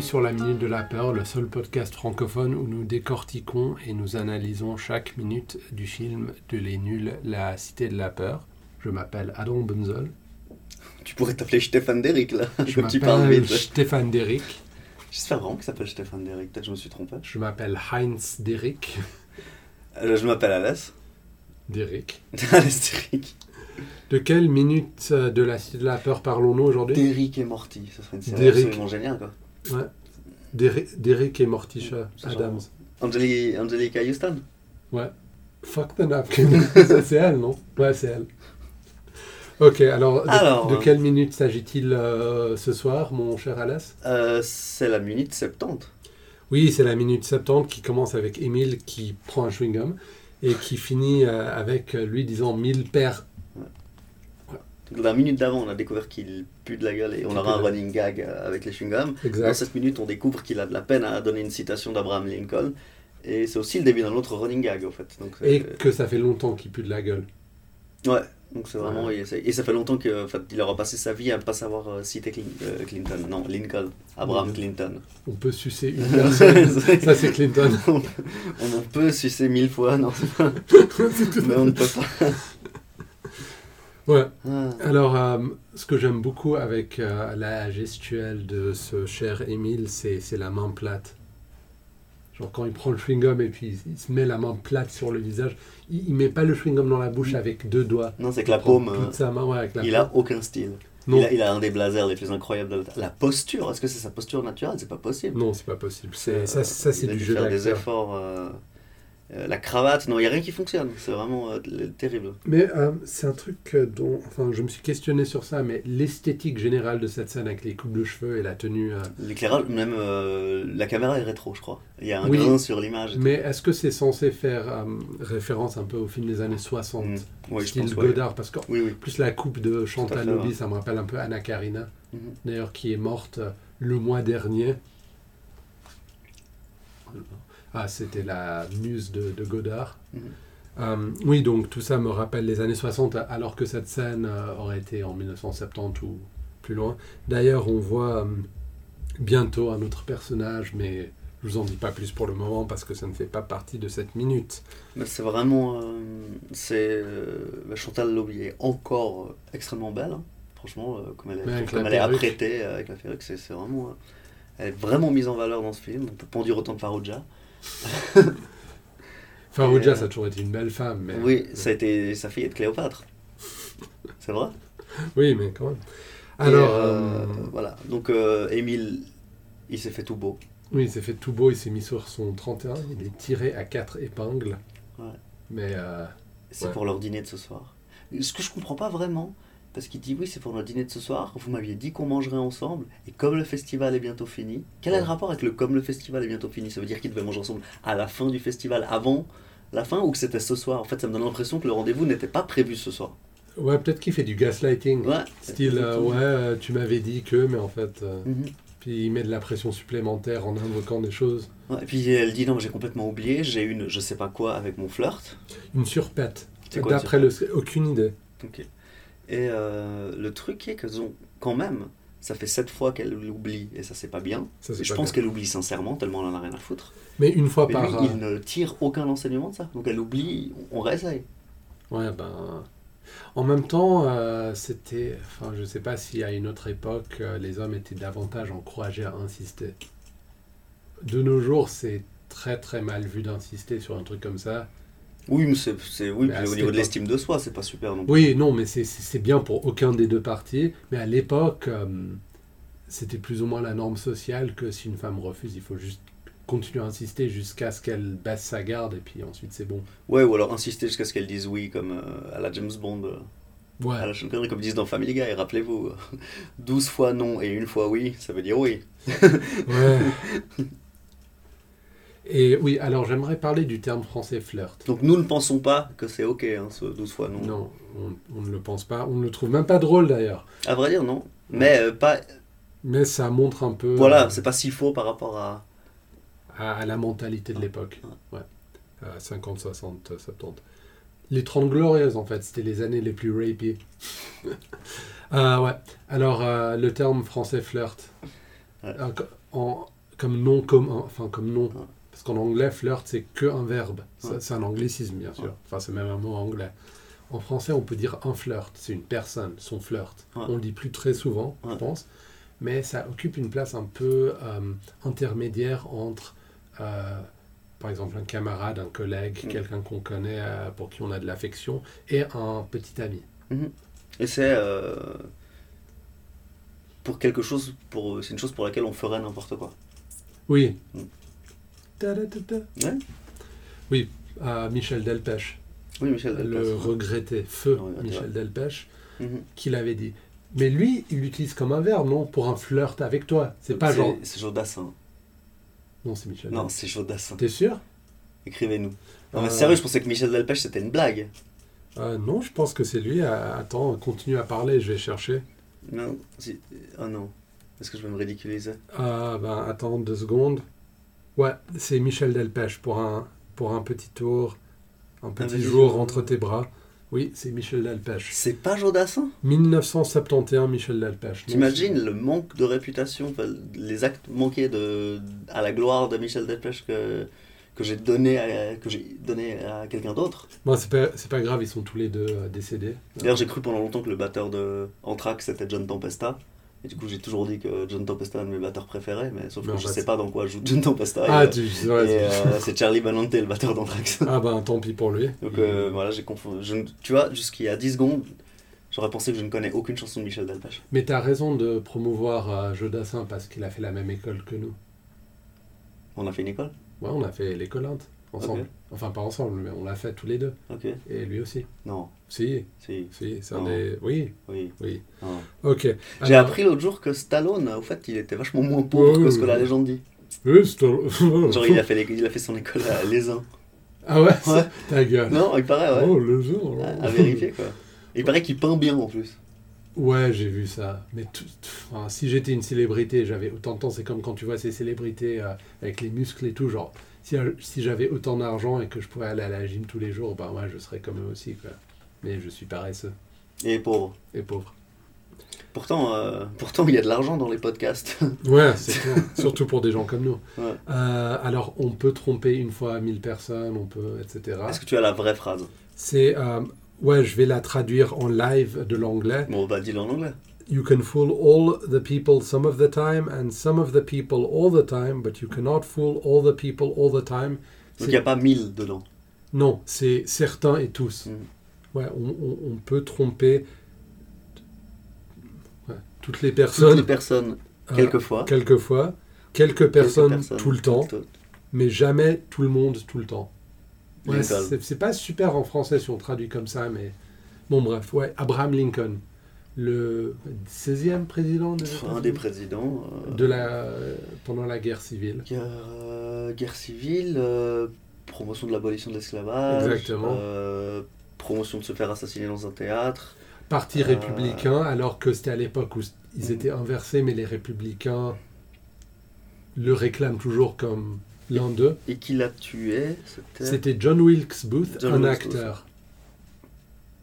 sur la Minute de la Peur, le seul podcast francophone où nous décortiquons et nous analysons chaque minute du film de Les Nuls, La Cité de la Peur. Je m'appelle Adam Bunzel. Tu pourrais t'appeler Stéphane Derrick là, Je comme tu parles m'appelle vite. Stéphane Derrick. J'espère vraiment qu'il s'appelle Stéphane Derrick, peut-être que je me suis trompé. Je m'appelle Heinz Derrick. Euh, je m'appelle Alès. Derrick. Alès Derrick. De quelle minute euh, de la Cité de la Peur parlons-nous aujourd'hui Derrick et Morty, ça serait une série Derrick. absolument géniale quoi. Ouais. Derrick, Derrick et Morticia C'est genre- Adams. Angeli- Angelica Houston Fuck the napkin. Ça, c'est elle, non Ouais, c'est elle. Ok, alors, de, Alors, de euh, quelle minute s'agit-il euh, ce soir, mon cher Alas euh, C'est la minute 70. Oui, c'est la minute 70 qui commence avec Émile qui prend un chewing-gum et qui finit euh, avec euh, lui disant mille paires. Donc, La minute d'avant, on a découvert qu'il pue de la gueule et on Qu'il aura pue un de la- running gag euh, avec les chewing-gums. Dans Exact. cette minute, on découvre qu'il a de la peine à donner une citation d'Abraham Lincoln. Et c'est aussi le début d'un autre running gag en fait. Donc, c'est- Et que ça fait longtemps qu'il pue de la gueule. Ouais, donc c'est vraiment. Et, c'est- et ça fait longtemps que, en fait, il aura passé sa vie à ne pas savoir euh, citer Clin- euh, Clinton. Non, Lincoln. Abraham Clinton. On peut sucer une personne. Ça, c'est Clinton. on, on en peut sucer mille fois, non, c'est pas- mais on ne peut pas. Ouais. Ah, Alors, euh, ce que j'aime beaucoup avec euh, la gestuelle de ce cher Émile, c'est c'est la main plate. Genre quand il prend le chewing-gum et puis il, il se met la main plate sur le visage, il, il met pas le chewing-gum dans la bouche avec deux doigts. Non, c'est que Mm. la Il prend paume, toute euh, sa main, ouais, avec la il paume. a aucun style. Non, Il a, il a un des blazers les plus incroyables de la La posture, est-ce que c'est sa posture naturelle C'est pas possible. non, c'est pas possible. C'est- Euh, ça, ça, c'est il a du dû jeu faire des d'acteur. efforts. euh, euh, la cravate, non, il n'y a rien qui fonctionne. C'est vraiment euh, l- terrible. Mais euh, c'est un truc euh, dont, enfin, je me suis questionné sur ça, mais l'esthétique générale de cette scène avec les coupes de cheveux et la tenue. euh, L'éclairage, même euh, la caméra est rétro, je crois. Il y a un Oui. grain sur l'image. mais est-ce que c'est censé faire euh, référence un peu au film des années 60, Mm. Ouais, je style pense, ouais. Godard, parce que Oui, oui. Plus la coupe de Chantal Tout à fait, Lobby, ouais. ça me rappelle un peu Anna Karina, Mhm. d'ailleurs qui est morte euh, le mois dernier. Ah, c'était la muse de, de Godard. Mhm. Euh, oui, donc tout ça me rappelle les années 60, alors que cette scène euh, aurait été en 1970 ou plus loin. D'ailleurs, on voit euh, bientôt un autre personnage, mais je vous en dis pas plus pour le moment parce que ça ne fait pas partie de cette minute. Mais c'est vraiment. euh, c'est, euh, Chantal Lobby est encore euh, extrêmement belle. hein. Franchement, euh, comme elle Mais est, avec comme la elle est perruque. apprêtée euh, avec la perruque, c'est c'est vraiment. euh, elle est vraiment mise en valeur dans ce film. On peut pas en dire autant de Farouja. Farouja, euh, ça a toujours été une belle femme, mais. euh, Oui, ça a été sa fille est de Cléopâtre. C'est vrai Oui, mais quand même. Et, Alors, euh, euh, voilà. Donc, euh, Émile, il s'est fait tout beau. oui, il s'est fait tout beau, il s'est mis sur son 31, il est tiré à quatre épingles. Ouais. Mais euh, C'est Ouais. pour leur dîner de ce soir. Ce que je comprends pas vraiment, parce qu'il dit oui, c'est pour notre dîner de ce soir. Vous m'aviez dit qu'on mangerait ensemble, et comme le festival est bientôt fini, quel est le Ouais. rapport avec le comme le festival est bientôt fini Ça veut dire qu'ils devaient manger ensemble à la fin du festival, avant la fin, ou que c'était ce soir En fait, ça me donne l'impression que le rendez-vous n'était pas prévu ce soir. ouais, peut-être qu'il fait du gaslighting. Ouais. Style, euh, ouais, euh, tu m'avais dit que, mais en fait, euh, Mhm. puis il met de la pression supplémentaire en invoquant des choses. Ouais, et puis elle dit non, mais j'ai complètement oublié, j'ai une je sais pas quoi avec mon flirt. Une surpète. C'est quoi, D'après le. Aucune idée. Ok. Et euh, le truc est que zon- quand même, ça fait sept fois qu'elle l'oublie, et ça c'est pas bien. Ça, c'est Je pas pense bien. qu'elle oublie sincèrement, tellement elle en a rien à foutre. Mais une fois Mais par. lui, euh, il ne tire aucun enseignement de ça. Donc elle oublie, on réessaye. Ouais, ben. En même temps, euh, c'était. Enfin, je sais pas si à une autre époque, euh, les hommes étaient davantage encouragés à insister. De nos jours, c'est très très mal vu d'insister sur un truc comme ça. Oui, mais c'est, c'est- oui, Mais à cette puis au niveau de époque- l'estime de soi, c'est pas super non plus. Oui, non, mais c'est- c'est c'est bien pour aucun des deux parties. Mais à l'époque, euh, c'était plus ou moins la norme sociale que si une femme refuse, il faut juste continuer à insister jusqu'à ce qu'elle baisse sa garde et puis ensuite c'est bon. Ouais, ou alors insister jusqu'à ce qu'elle dise oui, comme euh, à la James Bond, euh, à Ouais, la Sean Connery, comme ils disent dans Family Guy, rappelez-vous. euh, 12 fois non et une fois oui, ça veut dire oui. ouais. Et oui, alors j'aimerais parler du terme français flirt. Donc nous ne pensons pas que c'est ok, hein, ce 12 fois non. Non, on, on ne le pense pas. On ne le trouve même pas drôle d'ailleurs. À vrai dire, non. Mais euh, pas, Mais ça montre un peu voilà, euh, c'est pas si faux par rapport à. à, à la mentalité de l'époque. Ouais. Euh, À 50, 60, 70. Les 30 glorieuses, en fait, c'était les années les plus rapées. ouais. Alors, euh, le euh, terme français flirt. Ouais. Euh, qu- en- comme nom commun, enfin comme nom. Parce qu'en anglais, flirt, c'est que un verbe. Ça, C'est un anglicisme, bien sûr. Ouais. Enfin, c'est même un mot anglais. En français, on peut dire un flirt. C'est une personne, son flirt. Ouais. On le dit plus très souvent, je Ouais. pense. Mais ça occupe une place un peu euh, intermédiaire entre, euh, par exemple, un camarade, un collègue, Mhm. quelqu'un qu'on connaît, euh, pour qui on a de l'affection, et un petit ami. Et c'est euh, pour quelque chose, pour c'est une chose pour laquelle on ferait n'importe quoi. Oui. Mhm. Ta-da-ta-ta. Ouais. Oui, à Michel Delpech. Oui, Michel. le Delpech. regretté feu Le regretté, Michel Delpech Mhm. qui l'avait dit. Mais lui, il l'utilise comme un verbe, non Pour un flirt avec toi. C'est pas genre. Euh, C'est Jodassin. Non, c'est Michel. Non, Delpech. c'est Jodassin. T'es sûr Écrivez-nous. Non, Euh, mais sérieux, je pensais que Michel Delpech c'était une blague. euh, Non, je pense que c'est lui. Ah, Attends, continue à parler, je vais chercher. Non, si- oh non. Est-ce que je vais me ridiculiser Ah, ben, attends deux secondes. Ouais, c'est Michel Delpech pour un, pour un petit tour, un petit petit jour jour. entre tes bras. Oui, c'est Michel Delpech. C'est pas Jodassin 1971, Michel Delpech. Non, T'imagines le manque de réputation, enfin, les actes manqués de, à la gloire de Michel Delpech que, que j'ai donné à, que j'ai donné à quelqu'un d'autre c'est- Bon, c'est pas, c'est pas grave, ils sont tous les deux euh, décédés. D'ailleurs, j'ai cru pendant longtemps que le batteur de Anthrax c'était John Tempesta. Et du coup, j'ai toujours dit que John Tempesta est un de mes batteurs préférés, mais sauf Mais en que je fait, sais pas dans quoi joue John Tempesta. Ah, et, tu. euh, ouais, et, c'est- euh, c'est Charlie Benante, le batteur d'Anthrax. Ah ben tant pis pour lui. Donc euh, voilà, j'ai confondu. je ne- tu vois, jusqu'il y a 10 secondes, j'aurais pensé que je ne connais aucune chanson de Michel Delpech. Mais t'as raison de promouvoir euh, Jodassin parce qu'il a fait la même école que nous. On a fait une école Ouais, on a fait l'école Inde ensemble. Ok. Enfin pas ensemble, mais on l'a fait tous les deux. Ok. Et lui aussi. Non, Si, si, si, c'est un Non. des... Oui, oui. oui. non. Ok. J'ai Alors- appris l'autre jour que Stallone, au fait, il était vachement moins pauvre Ouais, que ce que la ouais. Oh, légende dit. Ah, Oui, c'est un- Genre, il a fait, les- il a fait son école à Les Uns. Ah ouais, Ouais. Ta gueule. Non, il paraît, ouais. Oh, le jeu. oh. À, à vérifier, quoi. Il paraît qu'il peint bien en plus. Ouais, j'ai vu ça. Mais tout- tout- enfin, si j'étais une célébrité, j'avais autant de temps. C'est comme quand tu vois ces célébrités euh, avec les muscles et tout. Genre, si, euh, si j'avais autant d'argent et que je pouvais aller à la gym tous les jours, ben ouais, je serais comme eux aussi, quoi. Mais je suis paresseux Et pauvre. et pauvre. Pourtant, euh, pourtant, il y a de l'argent dans les podcasts. Ouais, c'est clair. Surtout pour des gens comme nous. Ouais. Euh, alors, on peut tromper une fois 1000 personnes, on peut, etc. Est-ce que tu as la vraie phrase C'est. euh, ouais, je vais la traduire en live de l'anglais. Bon, bah, dis-le en anglais. You can fool all the people some of the time and some of the people all the time, but you cannot fool all the people all the time. Donc, il n'y a C'est- pas mille dedans. Non, c'est certains et tous. Mm. Ouais, on, on- on peut tromper ouais, toutes les Toutes les personnes personnes, euh, quelquefois. quelquefois, quelques personnes, Quelques personnes, tout le temps, mais jamais tout le monde tout le temps. Ouais, Lincoln. c'est c'est pas super en français si on traduit comme ça, mais bon bref, ouais, Abraham Lincoln, le 16e président des Un États-Unis. des présidents. euh, de la pendant la guerre civile. Guerre, euh, guerre civile, euh, promotion de l'abolition de l'esclavage. Exactement. euh, promotion de se faire assassiner dans un théâtre. Parti Euh. républicain, alors que c'était à l'époque où c- ils étaient inversés, mais les républicains le réclament toujours comme l'un d'eux. Et qui l'a tué C'était. C'était John Wilkes Booth, John un Wilkes acteur.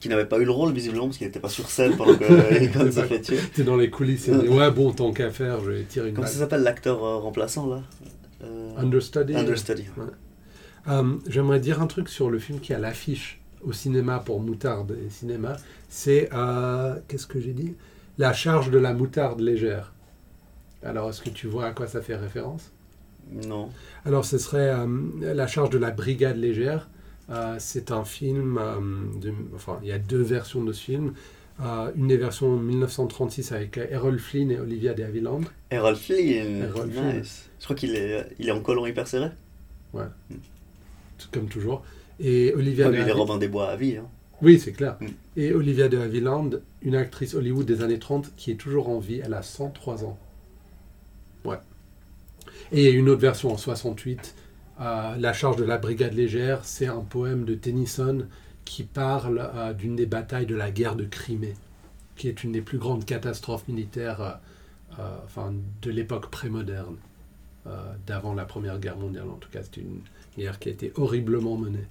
Qui n'avait pas eu le rôle, visiblement, parce qu'il n'était pas sur scène pendant que euh, Lincoln s'est fait tuer. C'était dans les coulisses. Il dit ouais bon tant qu'à faire, je vais tirer une Comment balle. ça s'appelle l'acteur euh, remplaçant là Euh, Understudy. Understudy. Euh, J'aimerais dire un truc sur le film qui est à l'affiche au cinéma pour moutarde et cinéma. C'est euh, qu'est-ce que j'ai dit La charge de la moutarde légère. Alors est-ce que tu vois à quoi ça fait référence Non. Alors, ce serait euh, La charge de la brigade légère. Euh, c'est un film, euh, de- enfin, il y a deux versions de ce film. Euh, une des versions en 1936 avec euh, Errol Flynn et Olivia de Havilland. Errol Flynn. Errol Flynn. nice. Je crois qu'il est, euh, il est en collant hyper serré. tout comme toujours. Et Olivia Ah, de lui, il est Havi- Robin des Bois à vie. hein. Oui, c'est clair. Mm. Et Olivia de Havilland, une actrice Hollywood des années 30 qui est toujours en vie. Elle a 103 ans. Ouais. Et il y a une autre version en 68, euh, La charge de la brigade légère. C'est un poème de Tennyson qui parle euh, d'une des batailles de la guerre de Crimée, qui est une des plus grandes catastrophes militaires euh, euh, enfin, de l'époque prémoderne, euh, d'avant la Première Guerre mondiale. En tout cas, c'est une guerre qui a été horriblement menée.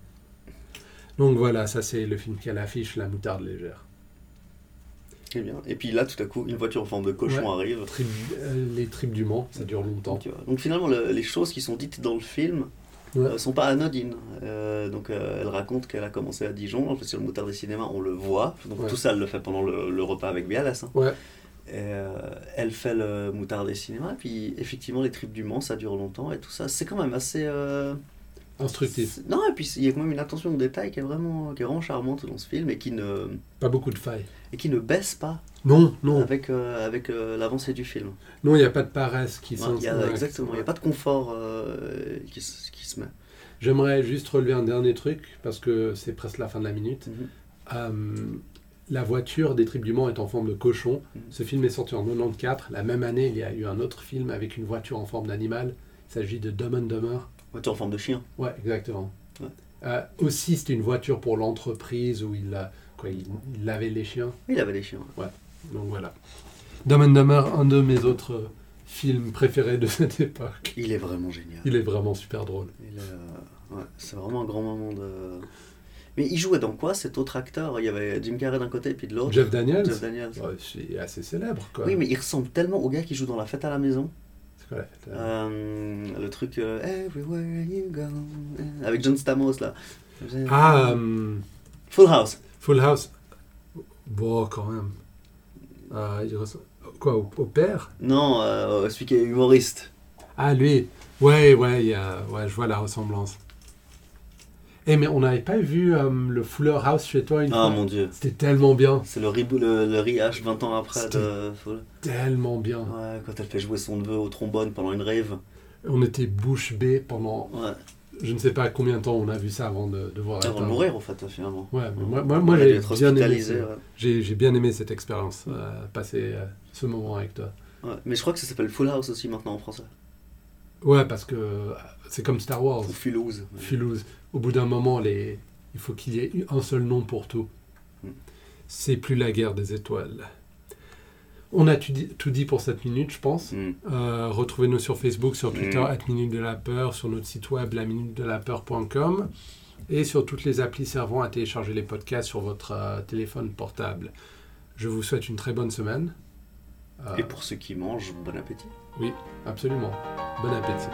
Donc voilà, ça c'est le film qui a l'affiche, La moutarde légère. Très bien. Et puis là, tout à coup, une voiture en forme de cochon Ouais. arrive. Tri- euh, les tripes du Mans, ça dure longtemps. Tu vois. Donc finalement, le- les choses qui sont dites dans le film Ouais. euh, sont pas anodines. Euh, donc euh, elle raconte qu'elle a commencé à Dijon, en fait, sur le motard des cinémas, on le voit. Donc Ouais. tout ça, elle le fait pendant le, le repas avec Bialas. hein. Ouais. Et, euh, elle fait le moutard des cinémas, puis effectivement, les tripes du Mans, ça dure longtemps, et tout ça, c'est quand même assez... euh, Instructif. c'est- Non, et puis il y a quand même une attention au détail qui est vraiment, qui est vraiment charmante dans ce film, et qui ne, Pas beaucoup de failles. et qui ne baisse pas Non, non, avec, euh, avec euh, l'avancée du film. non, il n'y a pas de paresse qui Ouais, s'en- il y a- ouais, exactement, il n'y a pas de confort euh, qui, se- qui se met. J'aimerais juste relever un dernier truc, parce que c'est presque la fin de la minute. Mhm. Euh, la voiture des tripes du Mans est en forme de cochon. Mhm. Ce film est sorti en 94. La même année, il y a eu un autre film avec une voiture en forme d'animal. Il s'agit de Dumb and Dumber. Voiture en forme de chien. Ouais, exactement. Ouais. Euh, aussi, c'était une voiture pour l'entreprise où il, a- quoi, il, il lavait les chiens. Il avait des chiens. Donc voilà. Dumb and Dumber, un de mes autres euh, films préférés de cette époque. Il est vraiment génial. Il est vraiment super drôle. Il, euh, ouais, c'est vraiment un grand moment de. Mais il jouait dans quoi cet autre acteur Il y avait Jim Carrey d'un côté et puis de l'autre. Jeff Daniels, Oh, Jeff Daniels. ouais, c'est assez célèbre. Quoi. Oui, mais il ressemble tellement au gars qui joue dans La Fête à la Maison. C'est quoi la fête, euh, Euh, le truc euh, Everywhere You Go. euh, Avec John Stamos là. Ah, euh, Full House. Full House. Bon, quand même. Euh, il ressemble- Quoi, au, au père Non, euh, celui qui est humoriste. Ah, lui. Ouais, ouais, il y a- ouais, je vois la ressemblance. Eh, mais on n'avait pas vu euh, le Fuller House chez toi une Ah fois mon dieu. C'était tellement bien, C'est le, ribou- le, le RIH 20 ans après de Full. tellement bien. Ouais, quand elle fait jouer son neveu au trombone pendant une rave. On était bouche bée pendant Ouais. je ne sais pas combien de temps on a vu ça avant de, de voir la Avant de table. mourir en fait finalement. Ouais, mais moi, moi, moi, Elle j'ai a dû être bien aimé. hospitalisée, ce- ouais. J'ai j'ai bien aimé cette expérience, euh, passer euh, ce moment avec toi. Ouais, mais je crois que ça s'appelle Full House aussi maintenant en français. Ouais, parce que euh, c'est comme Star Wars. Ou Fulouse. Fulouse. Au bout d'un moment, les... il faut qu'il y ait un seul nom pour tout. Mm. C'est plus la guerre des étoiles. On a tout dit, tout dit pour cette minute, je pense. Hmm. Euh, Retrouvez-nous sur Facebook, sur Twitter, Mm. at Minute de la Peur, sur notre site web, la et sur toutes les applis servant à télécharger les podcasts sur votre euh, téléphone portable. Je vous souhaite une très bonne semaine. Euh, Et pour ceux qui mangent, bon appétit. Absolument. Bon appétit.